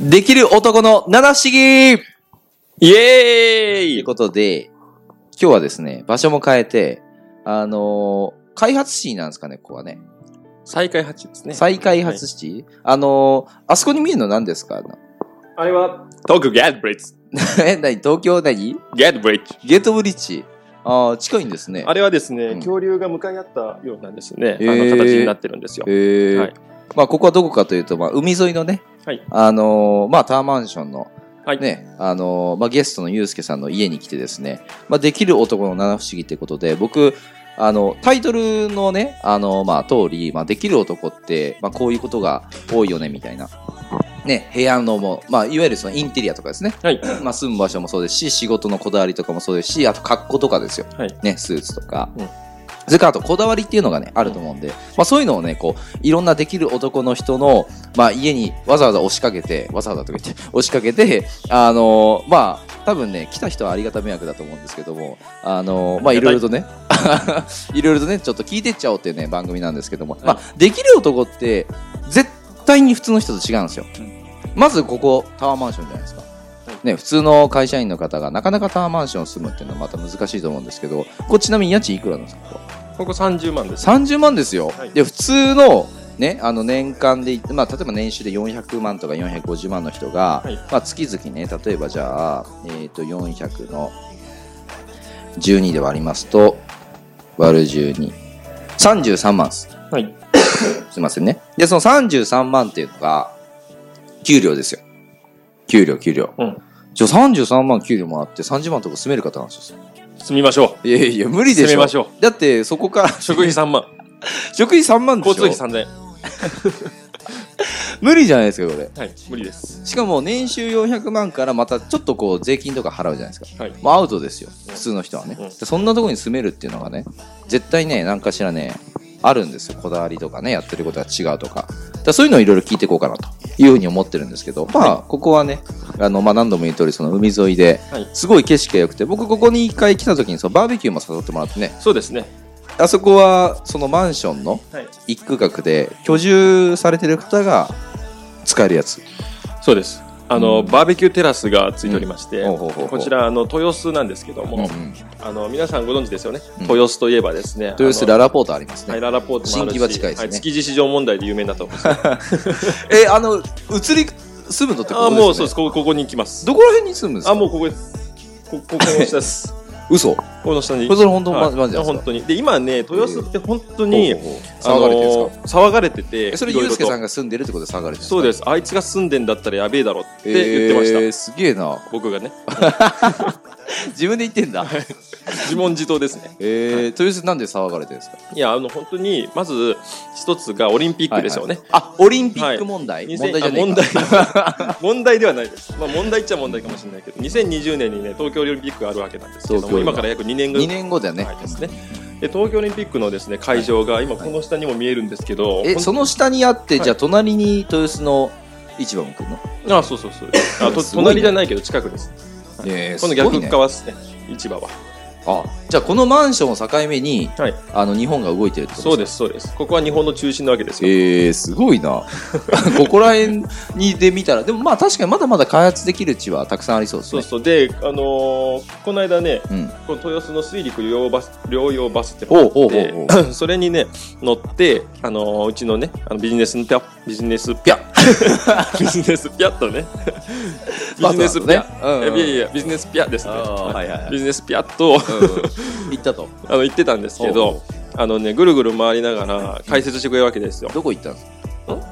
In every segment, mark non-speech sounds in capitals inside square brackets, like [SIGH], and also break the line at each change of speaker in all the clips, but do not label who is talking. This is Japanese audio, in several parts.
できる男の七不思議と
イ
い
エー
う
イ
ことで、今日はですね、場所も変えて、あのー開発地なんですかね、ここはね。
再開発ですね。
再開発地、あのーあそこに見えるの何ですか [LAUGHS]
あれは、
トーク、ゲットブリッジ。
え、何東京何
ゲットブリッジ。
ゲートブリッジああ、近いんですね。
あれはですね、
うん
恐竜が向かい合ったようなんですね。
へー
あの形になってるんですよ。
へえ、
はい
まあ、ここはどこかというと、まあ、海沿いのね、
はい
あのーまあ、タワーマンションの、
はい
ね、あのーまあ、ゲストのユうスケさんの家に来てですね、まあ、できる男の七不思議ってことで、僕、あの、タイトルのね、あのーまあ、通り、まあ、できる男って、まあ、こういうことが多いよね、みたいな。ね、部屋のも、まあ、いわゆるそのインテリアとかですね。
はい。
まあ、住む場所もそうですし、仕事のこだわりとかもそうですし、あと格好とかですよ。
はい
ね、スーツとか。
うん
それからあとこだわりっていうのがね、あると思うんで、まあそういうのをね、こう、いろんなできる男の人の、まあ家にわざわざ押しかけて、わざわざとか言って、 [LAUGHS] 押しかけて、あのーまあ、多分ね、来た人はありがた迷惑だと思うんですけども、あのーまあ
あ
い
り
ろ
が
いろ
たい
とね、 [LAUGHS] いろいろとね、ちょっと聞いてっちゃおうっていうね、番組なんですけども、まあ、できる男って、絶対に普通の人と違うんですよ。まずここ、タワーマンションじゃないですか。ね、普通の会社員の方がなかなかタワーマンション住むっていうのはまた難しいと思うんですけど、これちなみに家賃いくらなんですかここ
ここ30万です。
30万ですよ、
はい
で普通の,、ね、あの年間で、まあ、例えば年収で400万とか450万の人が、
はい
まあ、月々ね例えばじゃあ、えー、と400の12で割りますと割る1233万です
はい。
すいませんねでその33万っていうのが給料ですよ給料給料、
うん
じゃあ33万給料もらって30万とか住める方なんですよ
住みましょ
いやいや無
う。
理で
住
し
み
ょ
ましょう。
だってそこから [LAUGHS]
食費3万、
食費3万でしょ
交通費3千円。
無理じゃないですかこれ
はい、無理です。
しかも年収400万からまたちょっとこう税金とか払うじゃないですか。
はい。
まあアウトですよ。普通の人はね。
うん
そんなところに住めるっていうのがね、絶対ね、何かしらね、あるんですよ。こだわりとかね、やってることが違うとか。だからそういうのをいろいろ聞いていこうかなというふうに思ってるんですけど、まあ、ここはね、あの、まあ何度も言う通り、その海沿いで
はい、
すごい景色が良くて、僕ここに一回来た時にそのバーベキューも誘ってもらってね、
そうですね。
あそこはそのマンションの
はい。
一区画で居住されてる方が使えるやつ。
そうです。あの、バーベキューテラスがついておりまして、
うんほうほうほうほう
こちら、あの、豊洲なんですけども、
うん
あの、皆さんご存知ですよね。
うん
豊洲といえばですね。
豊洲
あの
ララポートあります
はい、
ね。
ララポートもあ
新
るし
木場近いですね
は築地市場問題で有名になったとこですね
え、あの、移り住むのってことですよ
あ
ね
もうそうですここここに行きます
どこら辺に住むんですか
あもうここですこここの下です
[LAUGHS] 嘘こ
この下に
れそれ本当の
はい
ママジなんですか
本当にで今ね豊洲って本当
当
に、
騒がれてるん
あ
で
の
すか
騒がれてて
えそれ
いろい
ユ
ろ
うスケ
と
さんが住んでるってことで騒がれてるんですか
そうですあいつが住んでんだったらやべえだろって
え
言ってました、
ーすげえな
僕がね
自分で言ってんだ
自問自答ですね
えー豊洲なんで騒がれてるんですか
いやあの本当にまず一つがオリンピックですよ
は
ね、
いはいあオリンピック問題
はい
問題じゃねえか
あ問題
[LAUGHS]
問題ではないです、まあ、問題っちゃ問題かもしれないけど2020年にね東京オリンピックがあるわけなんですけど
東京
も
が
今から約2年ぐら
2
い
年後だよね
前ですねで東京オリンピックのですね会場が今この下にも見えるんですけど、
え
ほん
その下にあって
はい
じゃあ隣に豊洲の市場も来るの
あそ
[LAUGHS]
うそうそうあと
すごいね
隣じゃないけど近くです
えー
この
すごい
逆
ね
側ですね市場は
あじゃあこのマンションを境目に
はい
あの日本が動いてるってこと
そうですそうですここは日本の中心なわけですよ、
えー、すごいな。ここら辺にで見たら、でもまあ確かにまだまだ開発できる地はたくさんありそうです
そう
ね。
そうで、あのーこの間ね
うん。
この豊洲の水陸両用バス両用バスってのがあ
お
っ
うおうお
て
うおう
[LAUGHS] それにね乗って、あのーうちのねあのビジネスのピャビジネスピャ [LAUGHS] ビジネスピャっとねビジネス
バスな
ピャ、
んだねうんうん
いやいやビジネスピャですね、
あーはいはいはい
ビジネスピャっと [LAUGHS]
行ったと。
あの行ってたんです
お
け
うおう
ど、あのね、ぐるぐる回りながら解説してくれるわけですよ。
どこ行ったんですか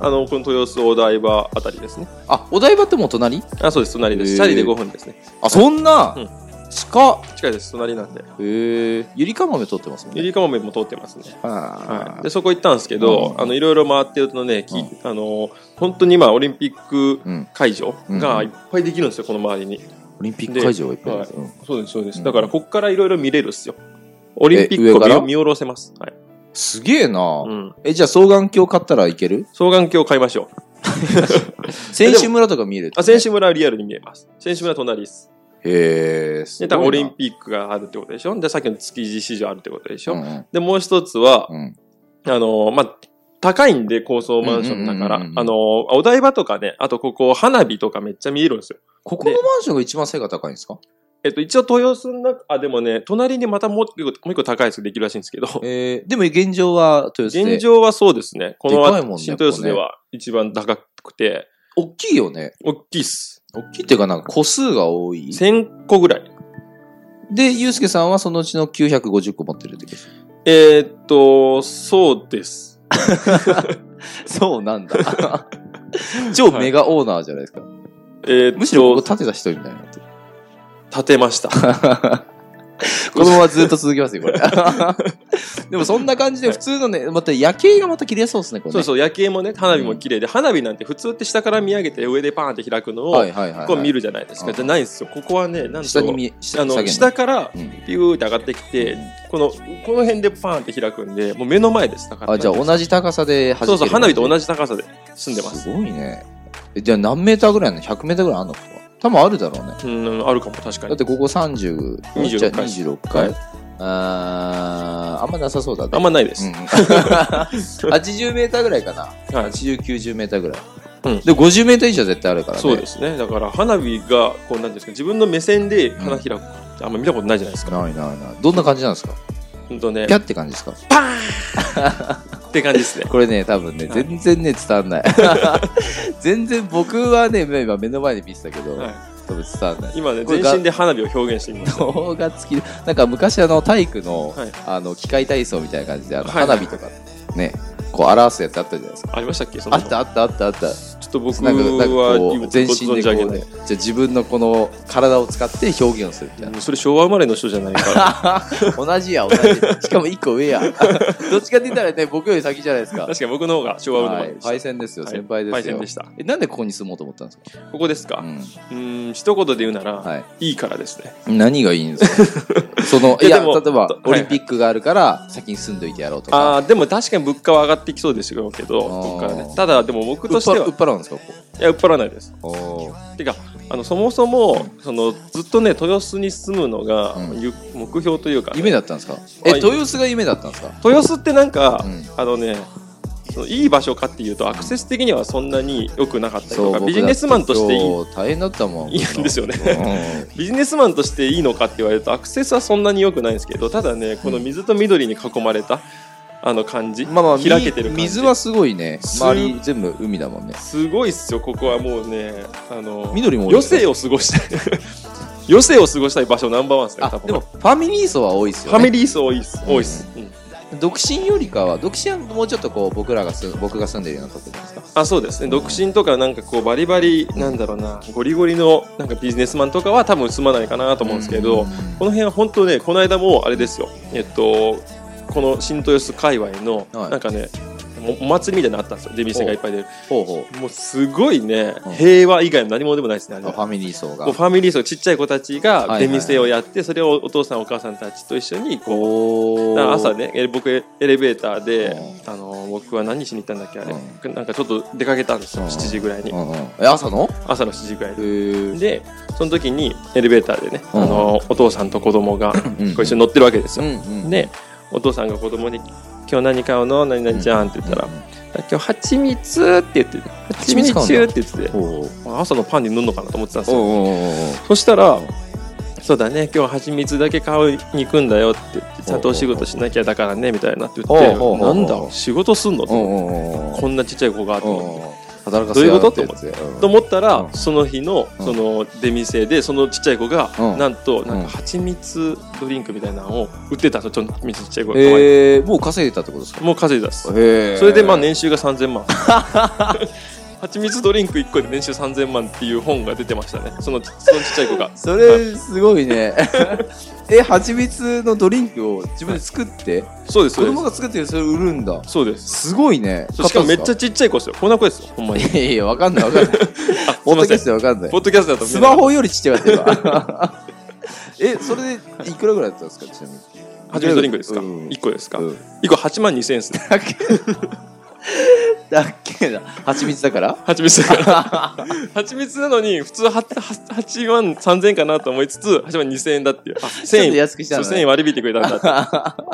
あの、この豊洲お台場あたりですね。
あ、お台場ってもう隣
あ、そうです、隣で
へ
す。
ー
チャリで5分ですね。
あ、そんな
うん、
近っ。
近いです、隣なんで。
へえ。ゆりかもめ撮ってますもん
ゆ
ね。
りかもめも通ってますね。
は
はい、
い
でそこ行ったんですけど、
うん
あのいろいろ回ってるとね、き
うん
あの本当に今オリンピック
うん。
会場
う
が
ん
いっぱいできるんですよこの周りに
オリンピック会場がいっぱいある。
で
うん
そうですそうです、
うん
だからこっからいろいろ見れるっすよオリンピック
え上
を
から
見見下ろせます、はい
すげえな
う。ん、
え、じゃあ双眼鏡買ったらいける
双眼鏡を買いましょう
選手村とか見えるってね
あ選手村はリアルに見えます選手村は隣です
へえ。す
で多分オリン
ピ
ピックがあるってことでしょでさっきの築地市場あるってことでしょ、
うんうん
でもう一つは
うん。
あのまあ高いんで、高層マンションだから。
うんうんうんうん
あの、お台場とかね、あとここ、花火とかめっちゃ見えるんですよ。
ここのマンションが一番背が高いんですか
えっと、一応豊洲の中、あ、でもね、隣にまたもう一個、もう一個高いやつできるらしいんですけど、
[LAUGHS] えー、でも現状は豊洲で。
現状はそうですね。この
でかいもんね
新豊洲では一番高くて、
大きいよね。
大きいっす。
大きいっていうかなんか個数が多い。
1000個ぐらい。
で、ゆうすけさんはそのうちの950個持ってるってことです
えーっと、そうです。
そうなんだ。超 [LAUGHS] メガオーナーじゃないですか。
えーっと、
むしろここ建てた人み [LAUGHS] たいになってる。
建てました。
このままずっと続きますよ、これ。 [LAUGHS] でもそんな感じで普通のね、また夜景がまた綺麗そうですね、これ、ね。
そうそう、夜景もね、花火も綺麗で、花火なんて普通って下から見上げて上でパーンって開くのを、
はいはいはい、はい。
ここ見るじゃないですか。
うん
じゃないんですよ。ここはね、なんと
下に見、
あ
下に下
の、
げん
下から
うん
ピューって上がってきて、この、この辺でパーンって開くんで、もう目の前です。だから。
あ、じゃあ同じ高さで弾け
そうそう、花火と
じ
同じ高さで住んでます。
すごいね。えじゃあ何メーターぐらいなの ?100 メーターぐらいあるのか多分あるだろうね。
うん、あるかも、確か
だ
に
っ。てここ30、
26
じゃあ
回
26回。
は
あーあんまなさそうだね。
あんまないで
う
す。
ん [LAUGHS] 80メーターぐらいかな。
はい。
80、90メーターぐらい。
うん
で、50メーター以上絶対あるからね。
そうですね。だから、花火が、こう、なんていうんですか、自分の目線で花開くってあんま見たことないじゃないですか。
ないないない。どんな感じなんですか
ほんとね
ピ、ャって感じですか
って感じですね。
これね、多分ね、
はい
全然ね、伝わん
[LAUGHS]
ない。全然僕はね、今目の前で見てたけど、
はい
多分伝わんない。
今ね、
これ
全
が
身で花火を表現してみました。
動画付きでなんか昔あの体育の,、
はい
あの機械体操みたいな感じであの
はいは
花
い
火とかねこう表すやつあったじゃないですか、
ありましたっけそん
あ
な
ったあったあったあった
ちょっと僕
なんかなんか
は
こ
今
う全身で
存じ上げ
こう
な
ね
い
じゃあ自分のこの体を使って表現をするみたいな
うんそれ昭和生まれの人じゃないから。
[LAUGHS] 同じや同じしかも一個上や [LAUGHS] どっちかって言ったらね僕より先じゃないです
[LAUGHS]
か
確かに僕の方が昭和生ま
は
れ
い
でした。
パイセンですよ
はい
先輩で
パイ
す
セ
よ、
ンでした。
えなんでここに住もうと思ったんですか、
ここですか
う。ん
うーん、一言で言うなら、
はい
いいからですね。
何がいいんですか
[LAUGHS]
そのい
いや
や
でも
例えば
はい
オリンピックがあるから先に住んどいてやろうとか
ああ、でも確かに物価は上がってきそうですけど、ここからね。ただ、でも僕
売
と
っ
して
払売
は
っ、払うんですかこ
いや、売っ払わないです。
こおー
てか、あの、そもそも、その、ずっとね、豊洲に住むのが、
うん
ゆ目標というか、
夢だったんですかえ、
はい
豊洲が夢だったんですか
豊洲ってなんか、
うん
あのね、そのいい場所かっていうと、アクセス的にはそんなに良くなかったりとか、ビジネスマンとしていい
い。大変だったもん。
いいんですよね
ね。
ビジネスマンとしていいのかって言われるとアクセスはそんなに良くないんですけどただねこの水と緑に囲まれたあの感じ、
まあまあ、
開けてる感じ
水はすごいね。
す
周り全部海だもんね。
すごいっすよここはもうねあの
緑も多い
余生を過ごしたい [LAUGHS] 余生を過ごしたい場所ナンバーワンですね多
あ、
分
でも、ファミリー層は多いです
フ
よ
ァミ
ね。
リー層多いっす多いっす、うん
独身よりかは、独身はもうちょっとこう、僕らが住ん、僕が住んでるようなとこじゃないですか。
あそうですね独身とかなんかこうバリバリなんだろうなゴリゴリのなんかビジネスマンとかは多分住まないかなと思うんですけど、この辺は本当ね、この間もあれですよ、えっと、この新豊洲界隈の、
はい
なんかね、おお祭りみたいなのあったんですよ、出店がいっぱい出る。
ほうほ
もうすごいね
うん、
平和以外の何もでもないですね、あれ
う。あ
は
ファミリー層が
こう。ファミリー層、ちっちゃい子たち
いは
が
いは
出
い
店をやって、それをお父さん、お母さんたちと一緒に、
お
こう、
ー
朝。ね、え僕、エレベーターで
う、
あの、僕は何しに行ったんだっけ、あ
う
れ。なんかちょっと出かけたんですよ、
うん
7時ぐらいに
う。んうん。え、朝の
朝の7時ぐら
へ
いに。
ー
で、その時にエレベーターでね、あの、お父さんと子供
[LAUGHS]
が、
うん
こう一緒に乗ってるわけですよ
う。んうん。
でお父さんが子供に「今日何買うの何々ちゃん」って言った
う
ら
ん
「今日蜂蜜」って言って「蜂
蜜
蜜
買うんだ
中」って言ってて
ほうほう。
朝のパンに塗るのかなと思ってたんです
おう
よ
おうおうおう
そしたら「そうだね今日は蜂蜜だけ買いに行くんだよ」って言って「ちゃんとお仕事しなきゃだからね」みたいなって言って
お
「
うおうおうお
な
うん
だ仕事すんの?」
おうおうおうおう
こんなちっちゃい子がと思って。
働か
せ
せ
やがってやつと思ったら、
うん
その日の
うん
その出店でそのちっちゃい子が、
うん
なんとなん
うん
か蜂蜜ドリンクみたいなのを売ってたんですよちょっとちっちゃい子が、
えー、もう稼いでたってことですか
もう稼いだっす
へー。
それでまあ年収が3000万。 [LAUGHS] 蜂蜜ドリンク1個で年収3000万っていう本が出てましたね。そのそのちっちゃい子が
それすごいね [LAUGHS] え蜂蜜のドリンクを自分で作って、
そうです、
子
そうで
供が作ってそれを売るんだ
す。そうです。
すごいね
そうしかもめっちゃ
買
ちっちゃい子ですよ。こんな子ですよ。ほんま
ったん
に。
ですかいやいやわかんないわかんない
あ、 [LAUGHS] す
ポッド
い
キ
ませ
ャ
ん
ス。トでわかんない
ポッドキャストだと見
ス
え
マ
ない
ホよりちっちゃかった今 [LAUGHS] えそれでいくらぐらいだったんですかちなみに
蜂蜜ドリンクですか、
うん
?1 個ですか、
うん
?1 個8万2000円ですね。
だっけな。蜂蜜だから
蜂蜜だ [LAUGHS] から。蜂蜜なのに、普通はは8万3000円かなと思いつつ、8万2000円だっていう。あ、
ち
1000
ょっと
円。
安くした
そう
の、
1000
ね
円。割り引いてくれたんだ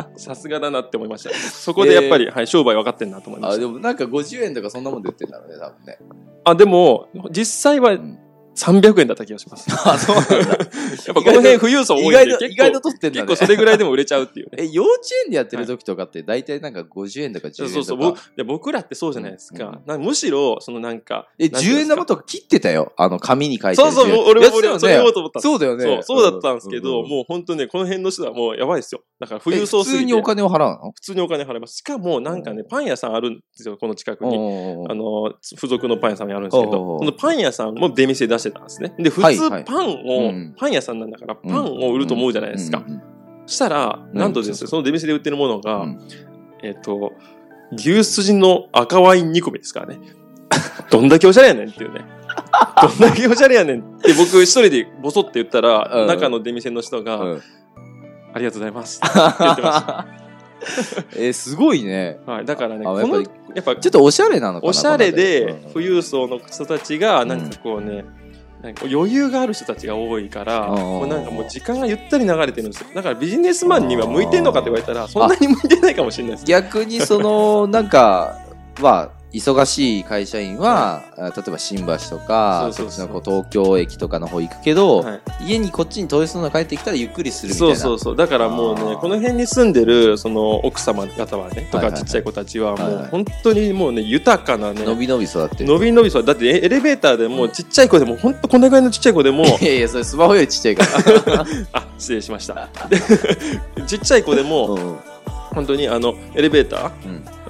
[LAUGHS] って。さすがだなって思いました。そこでやっぱり、はい、商売分かってんなと思いま
あ、
し
で
た。
もなんか50円とかそんなもんで売ってんだろうね、多分ね。
あ、でも、実際は
ん
300円だった気がし
[LAUGHS]
ます。やっ
あ、そうなんだ。
ぱこの辺富裕層多いん
意
で、
外と、意
結
外と
構、
取ってんだ
結
ね。
構それぐらいでも売れちゃうっ
[LAUGHS]
ていうね。
え、幼稚園でやってる時とかって、大体なんか50円とか10
そう
円とか。
そうそうぼ。で僕らってそうじゃないです
うん
か。なんかむしろ、そのなんか。
え、
なんていう
10
んで
円
すか
玉とか切ってたよ。あの、紙に書いて
そうそう、もう俺も俺もそれ言お
も
うと思ったんです
そうだよね。
そう、そうだったんですけど、
うん
もう本当ね、この辺の人はもうやばいですよ。だから富
え
裕層
普
すぎて
通にお金を払うの
普通にお金払います。しかも、なんかね、パン屋さんあるんですよ、この近く
おう
に。
おうおう
あの、付属のパン屋さんにあるんですけ
おうおうおう
ど、そのパン屋さんも出店出してたんですね。で、普
はい
通
はい
パン
う
を
ん、
パン屋さんなんだから、パンを売ると思うじゃないですか
う。んうん
したら、なんとです
う
ね、その出店で売ってるもの
う
が
ん、
えっと、牛すじの赤ワイン煮込みですからね。 [LAUGHS] どんだけおしゃれやねんっていうね。どんだけおしゃれやねんって僕一人でボソって言った
う
ら、
ん
中の出店の人
う
が、
ん
ありがとうございますって言ってまし
[LAUGHS] えー、すごいね。 [LAUGHS]
た。はい。だからね、
あ
こ
やっぱ
の、や
り
っぱ、
ちょっとおしゃれなのかな
おしゃれで
この辺り
富裕層の人たちがなんかこうね、なんか余裕がある人たちが多いから、
うん
もうなんかもう時間がゆったり流れてるんですよだからビジネスマンには向いてんのかって言われたらそんなに向いてないかもしれないです
逆にその、 [LAUGHS] なんか、まあ、忙しい会社員は、あ例えば新橋とか、
そ
そうっ
そう
ち
そう
のこう東京駅とかの方行くけど、
はい
家にこっちに遠いその帰ってきたらゆっくりするみたい
そ
な。
うそうそうだからもうね
あー
この辺に住んでるその奥様方はねと
はいはいは
か
い
ちっちゃい子たちは
はい
もう
はい
本当にもうね豊かなね
のびのび育ってる。
のびのびそうだってエエレベーターでもうちっちゃい子でも本当こんなぐらいのちっちゃい子でも
[LAUGHS] いやいや、それスマホよりちっちゃいから。
あ失礼しました [LAUGHS] ちっちゃい子でも
うん
本当にあのエレベータ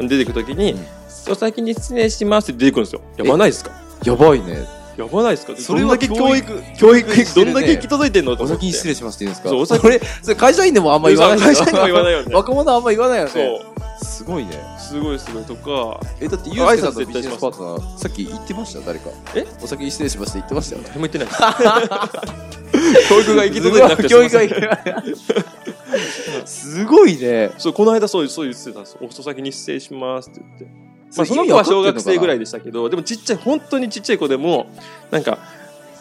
うん
ー出てく時に
うん
「お先に失礼します」って出てくるんですよやばないですか
やばいね。
やばないですか
それは
どんだけ
育、
教
教育
育
して
ど
る
ん
ね
だけ行き届いてんのと
お
思って
先に失礼しますって言うんですか
そうお先
それ、それ会社員でもあんま言わない
会社には言わないよ
[LAUGHS]
ね
若者はあんま言わないよね。
そう
すごいね。
すごいすごいとか
え、だって、ゆ
あ
うす
挨
けさ
拶
んとビジネスパートナー、さっき言ってました誰か。
え
お先に失礼しますって言ってましたよね。
誰も言ってないです教育が行き届いてなく
[LAUGHS]
て
教育
すいません
がすごいね。
そうこの間そうそう言ってたんですお先に失礼しますって言って、まあ、その
意味
子は
わかってん
小
のかな
学生ぐらいでしたけどでもちっちゃい本当にちっちゃい子でもなんか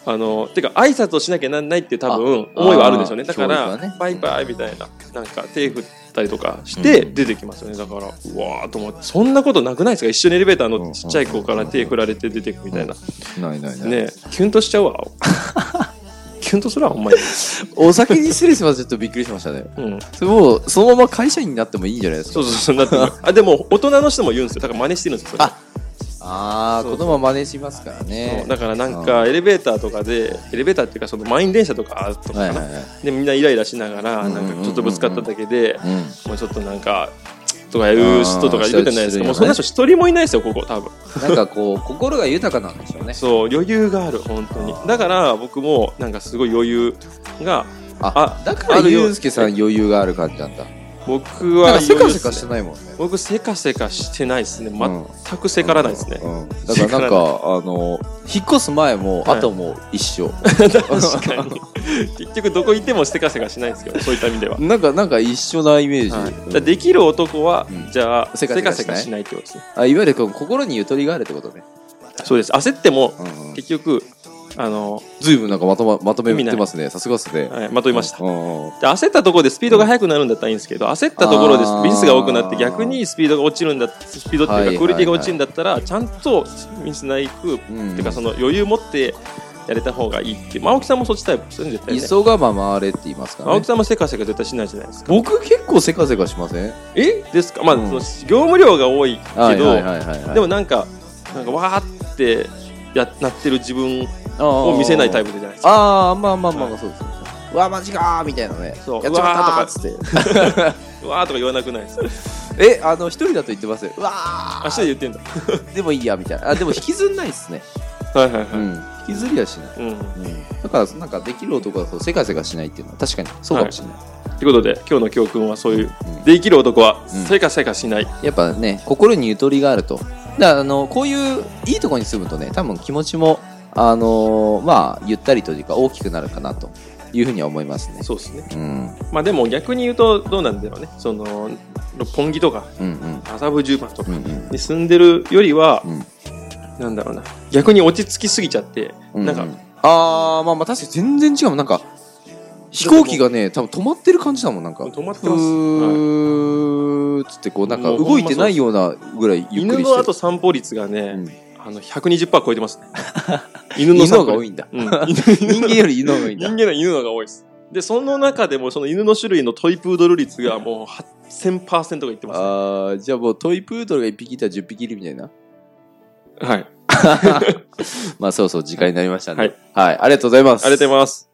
あのてか挨拶をしなきゃなんないっていう多分
あ
思いはあるんでしょうね
あー
だから、
教育はね
バイバイみたいななんか手振ったりとかして
うん
出てきますよねだからうわーと思ってそんなことなくないですか一緒にエレベーター乗ってちっちゃい子から手振られて出てくみたいな
ないないない。
ねえキュンとしちゃ [LAUGHS] うわキュンとするわお前、
お先に失礼しますちょっとびっくりしましたね。
うん、
それもう、そのまま会社員になってもいいんじゃないですか
そう。そうそうなってるあでも大人の人も言うんですよだから真似してるんですよそれ
あああ、
そうそ
子
う
供は真似しますから
そ
ね
う。だからなんかエレベーターとかでエレベーターっていうかその満員電車とかとか
はい
か
はい
な
はい。
でみんなイライラしながらなんかちょっとぶつかっただけで
うん。
もうちょっとなんかとか言う人とかいるじゃないです
あーそういう人いるよね
かもうそんな人一人もいないですよここ多分
なんかこう、心が豊かなんでしょうね。
そう余裕がある本当にだから僕もなんかすごい余裕が
あ
あ、
だから
あるよ
ゆうすけさん余裕がある感じなんだ。
僕
なん
は
かせかせか
余裕で
し
す
て
ね
ないもんね。
僕せかせかしてないですね
うん
全くせからないですね
うんうんだからなんか、あの、引っ越す前も、
はい
後も一緒。
[LAUGHS] 確かに結局どこ行ってもせかせかしないんですけどそういった意味では
なんか、なんか一緒なイメージ。
はい、だ
うん
からできる男は、
うん
じゃあせ
せ
か
かせか
せかしないってことですね
あいわゆるこう心にゆとりがあるってことね。
そうです焦っても
うんうん
結局あの、
ずいぶんなんかまとままとめ言ってますね。さすがっすね。
はい、まとめました、
うんうんうん
で焦ったところでスピードが速くなるんだったらいいんですけど焦ったところで
あー
ミスが多くなって逆にスピードが落ちるんだスピードって
はいいうは
か
い
クオリティが落ちるんだったら、ちゃんとミスないく、
うん
てかその余裕持ってやれた方がいいってまあ青木さんもそっちタイプですよね絶対ね
急がば回れって言いますから
青
ね
木。さんもせかせか絶対しないじゃないですか
僕結構せかせかしません
えですかまあ、
うん
その業務量が多いけど、
はいはいはいはいはい。
でもなんか、なんかわーってやなってる自分を
を
見せないタイプじゃないですか。
あーまあまあまあまあそうですね。うわマジかーみたいなね。
そう
やっちまった
う
ー
わーとか
っつって。
[LAUGHS] わーとか言わなくないです。
えあの一人だと言ってますようわ
あ、一人で言ってんだ。
でもいいやみたいなあでも引きずんないっすね、
はいはいは
うん、引きずりはしない、
い。うん。っ
だからなんかできる男はそうせかせかしないっていうのは確かにそうかもしれない、
てことで、今日の教訓はそういう、
うん
できる男は、
うん
せかせかしない。
やっぱね心にゆとりがあるとだからあのこういういいとこに住むとね多分気持ちもあのーまあゆったりというか大きくなるかなというふうには思いますね。
そうですね。
うん。
まあでも逆に言うとどうなんだろうね。その、六本木とか、
うんうん。
麻布十番と
う
か
んうん。
に住んでるよりは、
うん
なんだろうな。逆に落ち着きすぎちゃって、
うん
なんか、
あー、まあまあ確かに全然違うもん。なんか、飛行機がね、多分止まってる感じだもん、なんか。
止まって
ふ
ます。はい
ーっつって、こう、なんか動いてないようなぐらいゆっく
犬
り
の
して
後散歩率が
る。
ね、
うん
あの、120%超え
[LAUGHS]
てますね。
犬
犬の
の
散
方
歩
が多
率。
いんだ。
うん
人間より犬の方が多いん
人
だ。
間は犬のが多いです。で、その中でも、その犬の種類のトイプードル率がもう8000%がいってま
あー、じゃあもうトイプードルが1匹いたら10匹いるみたいな。
す。はい。ありがとう
まあそうそう、時間になりましたね。
はい。
はい、ありがとうございます。
ございます。